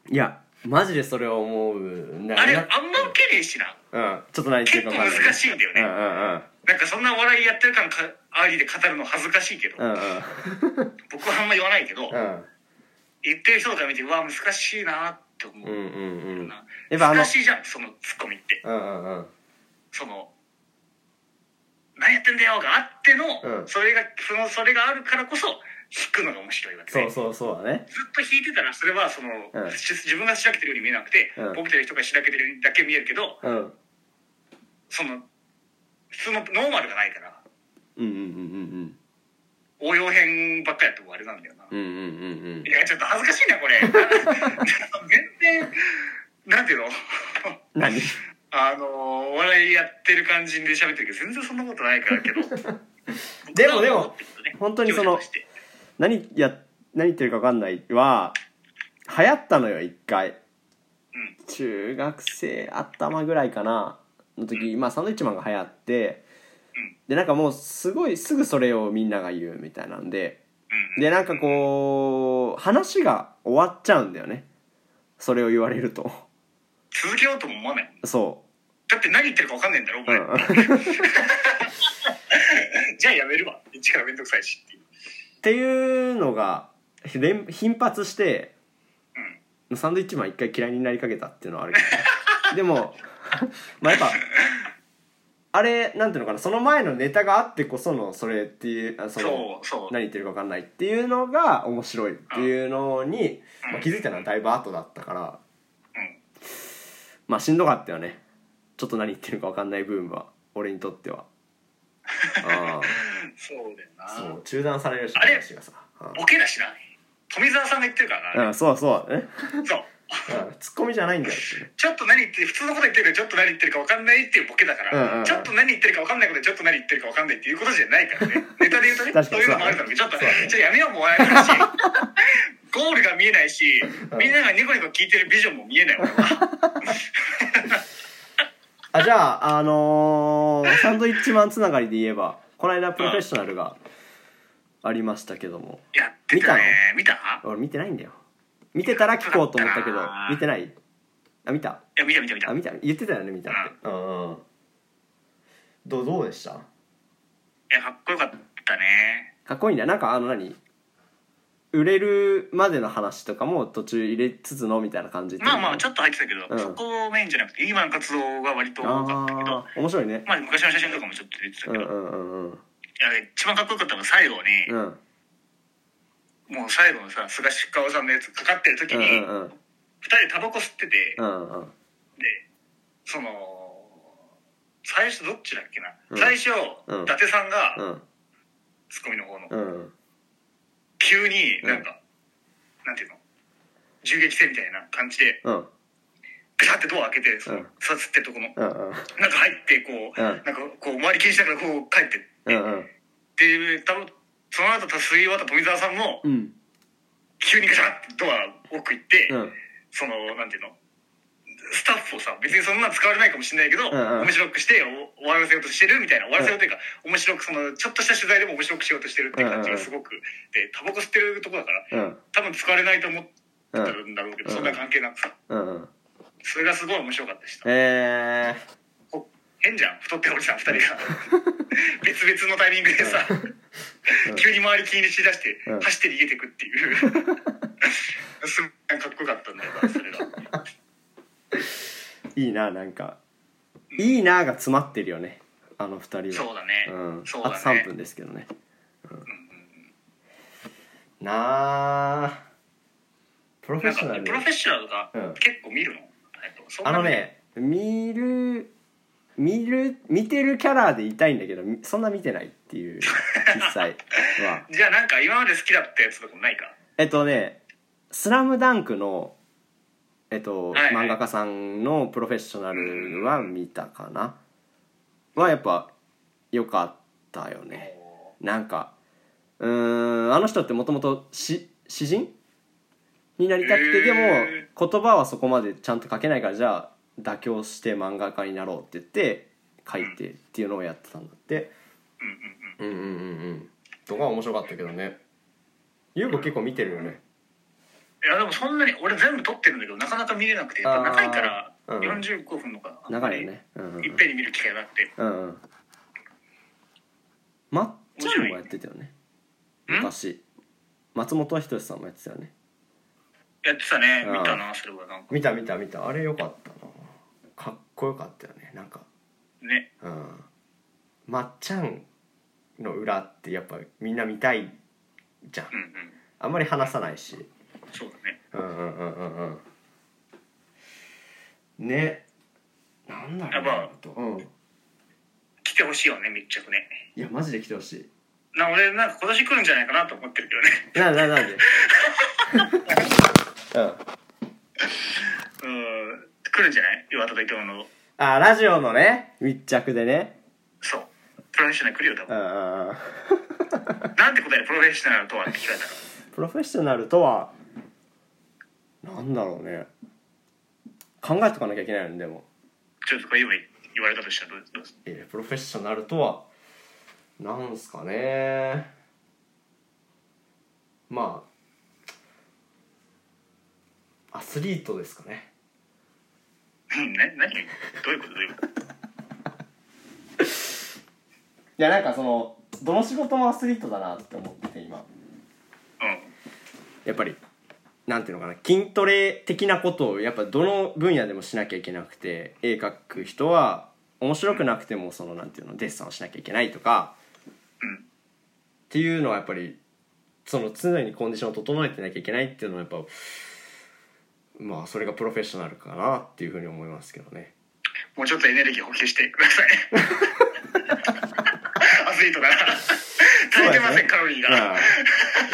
S2: いやマジでそれを思うんだ
S3: あれあ
S2: なん
S3: ま受けねえしな
S2: うんちょっと何言って
S3: 結
S2: るか分か
S3: 構
S2: ん
S3: 難
S2: ない
S3: しいんだよね、
S2: うんうんうん
S3: なんかそんなお笑いやってる感かありで語るの恥ずかしいけど、
S2: うんうん
S3: 僕はあんま言わないけ
S2: う
S3: ど、
S2: ん
S3: 言ってる人から見てうわ難しいなって思う、
S2: うんうんうん
S3: な
S2: やっぱあの
S3: 難しいじゃんそのツッコミって
S2: うんうんうん
S3: その「何やってんだよ」があっての、
S2: うん
S3: それがそのそれがあるからこそ弾くのが面白いわけ
S2: そ
S3: で
S2: うそうそうだね
S3: ずっと弾いてたらそれはその、
S2: うん
S3: し自分がしらけてるように見えなくて、
S2: うん
S3: ボケてる人がしらけてるようにだけ見えるけど
S2: うんうん
S3: その普通のノーマルがないから
S2: うんうん
S3: 応用編ばっかりやってもあれなんだよな、
S2: うんうんうんうんうんうん
S3: いやちょっと恥ずかしいなこれ 全然なんていうの
S2: 何
S3: あのお笑いやってる感じで喋ってるけど全然そんなことないからけど
S2: でもで
S3: 僕らは思
S2: も
S3: ってるけどね
S2: 本当にその
S3: 表現として
S2: 何や何言ってるか分かんないは流行ったのよ一回
S3: うん
S2: 中学生頭ぐらいかなの時、まあ、サンドイッチマンが流行って
S3: うん
S2: でなんかもうすごいすぐそれをみんなが言うみたいなんで
S3: うん
S2: でなんかこう話が終わっちゃうんだよねそれを言われると
S3: 続けようとも思わない
S2: そ
S3: だって何言ってるか分かんないんだろお
S2: う、う
S3: 前、
S2: ん、
S3: じゃあやめるわ一からめんどくさいしっていう
S2: っていうのが連頻発して、サンドイッチマン一回嫌いになりかけたっていうのはあるけど でもまあやっぱあれなんていうのかなその前のネタがあってこそのそれっていうあその
S3: そうそう
S2: 何言ってるか分かんないっていうのが面白いっていうのに、まあ、気づいたのはだいぶ後だったから、
S3: うん
S2: まあしんどかったよねちょっと何言ってるか分かんない部分は俺にとってはあ
S3: そうだよな
S2: あそう中断されるし
S3: あれ
S2: 話がさうん
S3: ボケだしな富澤さんが言ってるからな、
S2: うん、そうそうだね。
S3: そう
S2: うん、ツッコミじゃないんだよってね。
S3: ちょっと何言って普通のこと言ってるけどちょっと何言ってるか分かんないっていうボケだか
S2: うんうんう
S3: ら、
S2: ん
S3: ちょっと何言ってるか分かんないことでちょっと何言ってるか分かんないっていうことじゃないから ねネタで言うとね
S2: 確か
S3: そ
S2: に
S3: ういうのもあるからちょっとじゃあやめようも笑えないしゴールが見えないしみんながニコニコ聞いてるビジョンも見えない俺は
S2: あ、じゃあ、あのー、サンドイッチマンつながりで言えば、この間プロフェッショナルがありましたけども、
S3: やってたね見た
S2: 俺見てないんだよ。見てたら聞こうと思ったけど、見てないあ、見た
S3: いや見た見た見た
S2: あ、見た言ってたよね、見たって。うんうん。どう、どうでした
S3: いやかっこよかったね
S2: かっこいいんだよ。なんかあの何売れるまでの話とかも途中入れつつのみたいな感じ
S3: まあまあち
S2: ょっ
S3: ょっと入ってたけど、
S2: うん
S3: そこをメインじゃなくて今の活動が割と多かったけど
S2: あー面白いね。
S3: まあ昔の写真とかもちょっと出てた
S2: うん
S3: け
S2: う
S3: ど、
S2: んうんうん。
S3: いや一番かっこよかったのは最後に、
S2: うん。
S3: もう最後のさ菅氏川さんのやつかかってる時
S2: う
S3: に、
S2: ん
S3: 二
S2: うんうん。
S3: 人タバコ吸ってて、
S2: うんうん
S3: でその最初どっちだっけな、
S2: うん
S3: 最初、
S2: うん
S3: 伊達さんが、
S2: うん
S3: ツッコミの方の、
S2: うん
S3: 急になんか、なんていうの銃撃戦みたいな感じで
S2: うん
S3: ガシャってドア開けてその、
S2: うん
S3: 座ってるとこの
S2: うんうん
S3: なんか入ってこう、
S2: うん
S3: なんかこう周り気にしながらこう帰ってっ
S2: うん
S3: ていう多分その後た杉渡富澤さんも
S2: うん
S3: 急にガシャってドア奥行って、
S2: うん
S3: そのなんていうのスタッフをさ別にそんな使われないかもしれないけど、
S2: んうん
S3: 面白くしてお終わらせようとしてるみたいな終わらせようというか、面白くそのちょっとした取材でも面白くしようとしてるっていう感じがすごく、でタバコ吸ってるとこだから
S2: うん
S3: 多分使われないと思って
S2: う
S3: た
S2: ん
S3: んだろうけど、
S2: うん
S3: そんな関係なくさ
S2: うんうん
S3: それがすごい面白かったしな
S2: え
S3: こ変じゃん太ってるおじさん2人 が別々のタイミングでさ、急に周り気にしだして、
S2: うん
S3: 走って逃げてくって いうすごいかっこよかったんだよなそれが。
S2: ーいいななんか「いいな」が詰まってるよねあの二人は
S3: そうだね
S2: うん、
S3: そう
S2: あ
S3: だ
S2: と
S3: ね
S2: 3分ですけどね、うん、なあプロフェ
S3: なん
S2: ッショ
S3: か
S2: ナル
S3: プロフェッショナルが
S2: うん
S3: 結構見るの、えっとそん
S2: あ
S3: な
S2: の
S3: に
S2: ね見る見る見てるキャラでいたいんだけどみそんな見てないっていう実際は
S3: じゃあなんか今まで好きだったやつとかもないか
S2: えっとね「スラムダンクのえっと、
S3: はいはい
S2: 漫画家さんのプロフェッショナルは見たかなはやっぱ良かったよねなんかうーんあの人ってもともと詩詩人になりたくて
S3: へ
S2: でも
S3: ー
S2: 言葉はそこまでちゃんと書けないからじゃあ妥協して漫画家になろうって言って書いてっていうのをやってたんだってうんうんうんうんとか面白かったけどね優子結構見てるよね
S3: いやでもそんなに俺全部撮ってるんだけどなかなか見れなくてやっぱ長いから
S2: あーうん
S3: 45分のかな
S2: 長いよねうんうんうん
S3: いっぺんに見る機会がなくて
S2: うんうんまっちゃんもやってたよね
S3: 面白いん
S2: 昔松本人志さんもやってたよね
S3: やってたね
S2: あー
S3: 見たなそれはなんか
S2: 見た見た見たあれよかったなかっこよかったよねなんか
S3: ね
S2: うんまっちゃんの裏ってやっぱみんな見たいじゃん
S3: うんうん
S2: あんまり話さないし
S3: そうだね
S2: うんうんうんうんうんねなんだろうな
S3: やっぱ
S2: とうんい
S3: 来てほしいよね密着ね
S2: やマジで来てほしい
S3: な俺なんか今年来るんじゃないかなと思ってるけどね
S2: なななんで うん
S3: うん来るんじゃない岩田と伊藤の
S2: あラジオのね密着でね
S3: そうプロフェッショナル来るよ多
S2: う
S3: 分
S2: んうんうん
S3: なんて答えるプロフェッショナルとはって聞かれたら
S2: プロフェッショナルとはなんだろうね考えとかなきゃいけないのでも
S3: ちょっとこれ今言われたとしたらどうどうす
S2: えープロフェッショナルとはなんすかねまあアスリートですかね
S3: る な何どういうことどういうこと
S2: いやなんかそのどの仕事もアスリートだなって思ってて今
S3: う
S2: やっぱりなんていうのかな筋トレ的なことをやっぱどの分野でもしなきゃいけなくて絵描く人は面白くなくてもそのなんていうのデッサンをしなきゃいけないとか、
S3: うん
S2: っていうのはやっぱりその常にコンディションを整えてなきゃいけないっていうのはやっぱまあそれがプロフェッショナルかなっていうふうに思いますけどね。
S3: んもうちょっとエネルギー補給してください アスリートだな足りてません、カロリーが、
S2: うん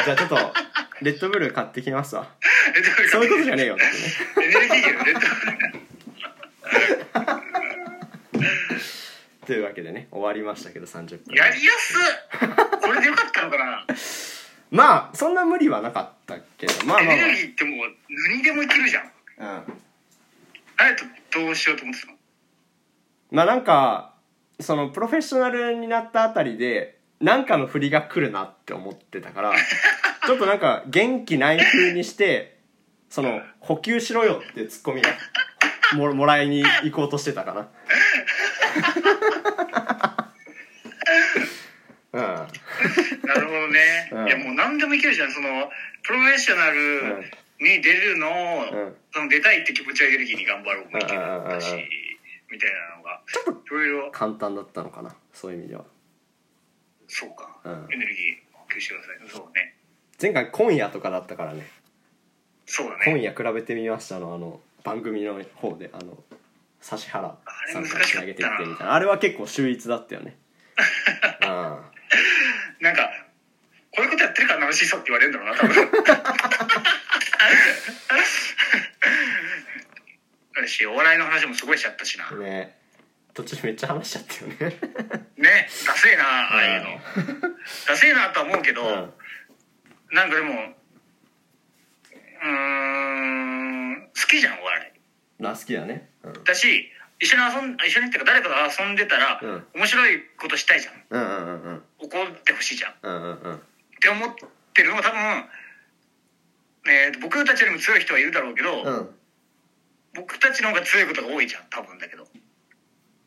S2: じゃあちょっとレッドブル買ってきますわ。
S3: レッドブル
S2: そういうことじゃねえよってね。
S3: エネルギー源レッドブル
S2: というわけでね終わりましたけど30分。
S3: やりやすっこれでよかった のかな
S2: まあそんな無理はなかったけどまあ
S3: エ
S2: まあ
S3: ネルギーってもう何でもいけるじゃん
S2: まあ、うん、
S3: あれとどうしようと思ってたの
S2: まあなんかそのプロフェッショナルになったあたりでなんかの振りが来るなって思ってたからちょっとなんか元気ない風にしてその補給しろよってツッコミがももらいに行こうとしてたかな
S3: なるほどね、
S2: うん
S3: いやもう何でもいけるじゃんそのプロフェッショナルに出るのを、
S2: うん
S3: その出たいって気持ちをエネルギーに頑張ろうもいける
S2: うんうんうんうん
S3: だしみたいなのがいろいろ
S2: うん簡単だったのかなそういう意味では
S3: そうか、
S2: うん
S3: エネルギー補給してくださいそうね
S2: 前回今夜とかだったからね
S3: そうだ
S2: 今
S3: ね
S2: 夜比べてみましたのあの番組の方であの指原さん
S3: あれ難し
S2: かつな
S3: からったな
S2: げていってみたいなあれは結構秀逸だったよねあ
S3: なんかこういうことやってるから楽しいそうって言われるんだろうな 多分だしお笑いの話もすごいしちゃったしな
S2: あね途中めっちゃ話しちゃったよね
S3: ねダセえなああいうのダセえなとは思うけど、
S2: うん
S3: なんかでもうーん好きじゃんお笑い
S2: まあ好きだねうん
S3: だし一緒に遊ん一緒にっていうか誰かと遊んでたら、
S2: うん
S3: 面白いことしたいじゃん
S2: うんうんうんうん
S3: 怒ってほしいじゃん
S2: うんうんうん
S3: って思ってるのも多分、えーと僕たちよりも強い人はいるだろうけど、
S2: うん
S3: 僕たちの方が強いことが多いじゃん多分だけど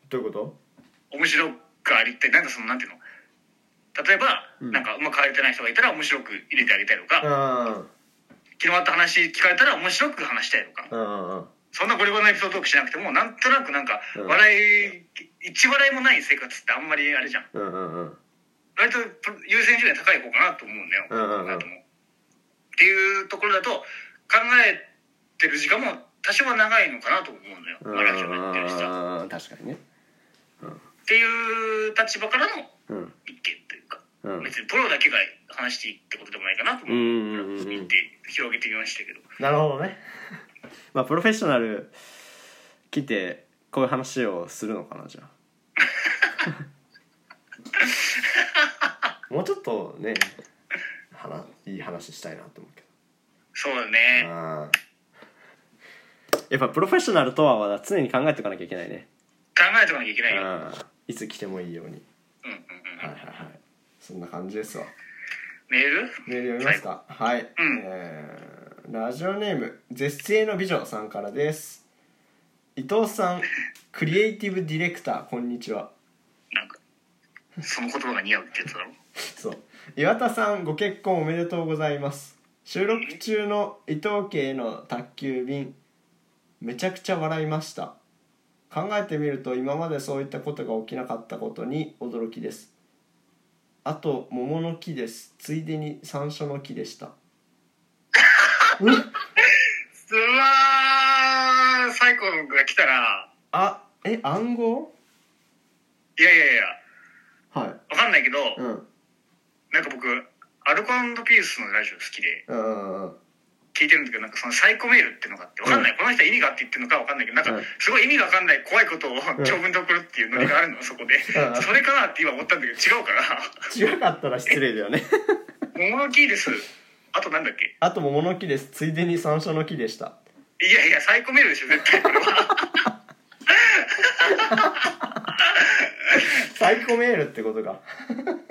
S2: どういうこと
S3: 面白くありってなんかそのなんていうの例えば、
S2: うん
S3: なんかうまくあれてない人がいたら面白く入れてあげたいとか、
S2: うん
S3: 昨日あった話聞かれたら面白く話したいとか、
S2: うんうんうん
S3: そんなゴリゴリのエピソードトークしなくてもなんとなくなんか
S2: うん
S3: 笑い、一笑いもない生活ってあんまりあれじゃん
S2: うんうんうん
S3: 割と優先順位が高い方かなと思うんだよ、
S2: うんうんうん
S3: あともっていうところだと考えてる時間も多少は長いのかなと思うんだよ、
S2: うん
S3: まあラジオやってる人は
S2: うん確かにね
S3: っていう立場からの
S2: うん
S3: 一見というか、
S2: うん
S3: 別にプロだけが話していいってことでもないかなと思
S2: うん
S3: う、
S2: うんうんうん
S3: で広げてみましたけど
S2: なるほどね まあプロフェッショナル来てこういう話をするのかなじゃあ もうちょっとね話いい話したいなと思うけ
S3: そうだ
S2: ど
S3: ね
S2: あーやっぱプロフェッショナルとはまだ常に考えておかなきゃいけないね
S3: 考えておかなきゃいけないよ、
S2: うんいつ来てもいいように
S3: うんうんう
S2: はい
S3: ん、
S2: はいはいそんな感じですわ
S3: メール
S2: メール読みますかはい、
S3: うん
S2: えーラジオネーム絶世の美女さんからです伊藤さんクリエイティブディレクターこんにちは
S3: なんかその言葉が似合うってやつだろ
S2: そう岩田さんご結婚おめでとうございます収録中の伊藤家への宅急便めちゃくちゃ笑いました考えてみると今までそういったことが起きなかったことに驚きですあと桃の木ですついでに山椒の木でした
S3: うわー最高が来たら
S2: あえ暗号
S3: いやいやいや
S2: はい
S3: わかんないけど、
S2: うん
S3: なんか僕アルコピースのラジオ好きで
S2: うんうんうん
S3: 聞いてるんだけどなんかそのサイコメールってのがあってわかんない、この人は意味があって言ってるのかわかんないけどなんか
S2: うん
S3: すごい意味がわかんない怖いことを長文で送るっていうノリがあるのそこで、
S2: ん
S3: それかなって今思ったんだけど違うかな
S2: 違かったら失礼だよね
S3: 「桃の木です」あとなんだっけ
S2: あと桃の木ですついでに山椒の木でした
S3: いやいやサイコメールでしょ絶対これは
S2: 最高メールってことか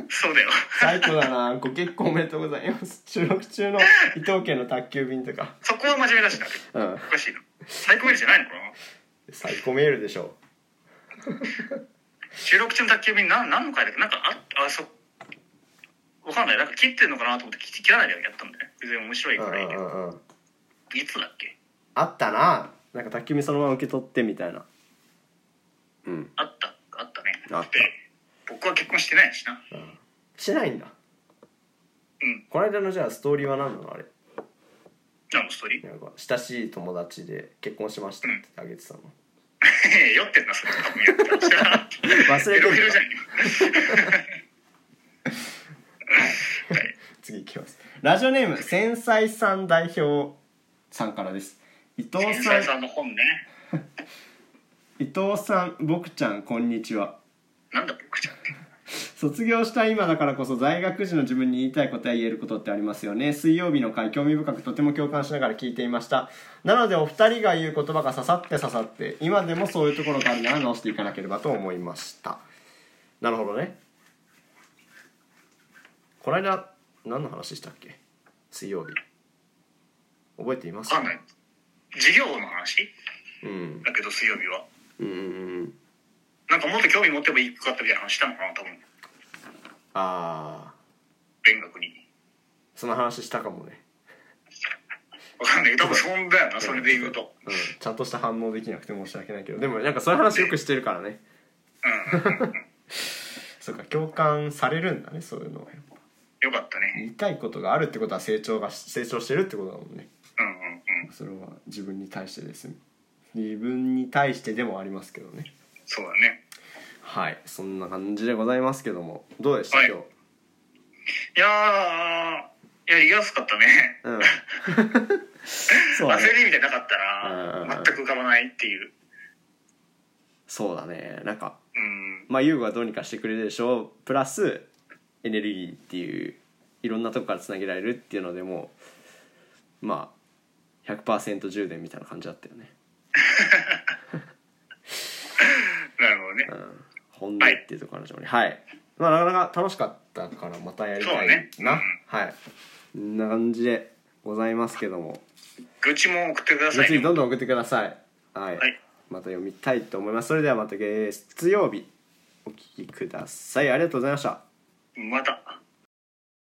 S3: そうだよ
S2: 最高だなご結婚おめでとうございます収録中の伊藤家の宅急便とか
S3: そこは真面目だしな
S2: うん
S3: おかしいなサイコメールじゃないのかな
S2: 最高メールでしょ
S3: 収録中の宅急便なん何の回だっけなんかああそうわかんないなんか切ってんのかなと思って切切らないでやったんだよね別に面白い
S2: うん
S3: か
S2: う
S3: らいいけど
S2: んうん
S3: いつだっけ
S2: あったななんか宅急便そのまま受け取ってみたいなうん
S3: あったあったね
S2: あった
S3: で僕は結婚してないしな
S2: しないんだ
S3: うん
S2: この間のじゃあストーリーは何なのあれ
S3: 何のストーリー
S2: なんか親しい友達で結婚しましたってあげてたの
S3: 酔ってんなそれ多分やってましたら
S2: 忘れ
S3: ヘ
S2: て
S3: ロ
S2: る
S3: ヘロじゃん
S2: 次いきますラジオネーム繊細さん代表さんからです伊藤
S3: 天
S2: さん
S3: 才さんの本ね
S2: 伊藤さん僕ちゃんこんにちは
S3: なんだ僕ちゃんって
S2: 卒業した今だからこそ在学時の自分に言いたいことや言えることってありますよね水曜日の回興味深くとても共感しながら聞いていましたなのでお二人が言う言葉が刺さって刺さって今でもそういうところがあるなら直していかなければと思いましたなるほどねこの間何の話したっけ水曜日覚えています
S3: わかんない授業の話
S2: うん
S3: だけど水曜日は
S2: うんうんうん
S3: なんかもっと興味持ってもいいかったみたいな話したのかな多分
S2: ああ
S3: 勉学に
S2: その話したかもね
S3: わかんないけど多分そんだよなそれで言うと
S2: うん、ちゃんとした反応できなくて申し訳ないけどでもなんかそういう話よくしてるからね
S3: うん
S2: そうか共感されるんだねそういうのは
S3: よかったね
S2: 言いたいことがあるってことは成長が成長してるってことだもんね
S3: うんうんうん
S2: それは自分に対してですね自分に対してでもありますけどね
S3: そうだね
S2: はいそんな感じでございますけどもどうでした、
S3: はい
S2: 今日
S3: いやーいやりやすかったね
S2: うんそうだね
S3: 焦りみたいなかった
S2: うんうんう
S3: ら
S2: ん
S3: 全く浮かばないっていう
S2: そうだねなんか
S3: うん
S2: まあ優吾はどうにかしてくれるでしょうプラスエネルギーっていういろんなとこからつなげられるっていうのでもうまあ100%充電みたいな感じだったよね
S3: なるほどね
S2: うん本音っていうところのねはい、まあなかなか楽しかったからまたやりたい
S3: そうね
S2: な、
S3: うん
S2: はいこんな感じでございますけども
S3: 愚痴も送ってください
S2: 別
S3: ね
S2: にどんどん送ってくださいはい、
S3: はい
S2: また読みたいと思いますそれではまた月曜日お聞きくださいありがとうございました
S3: また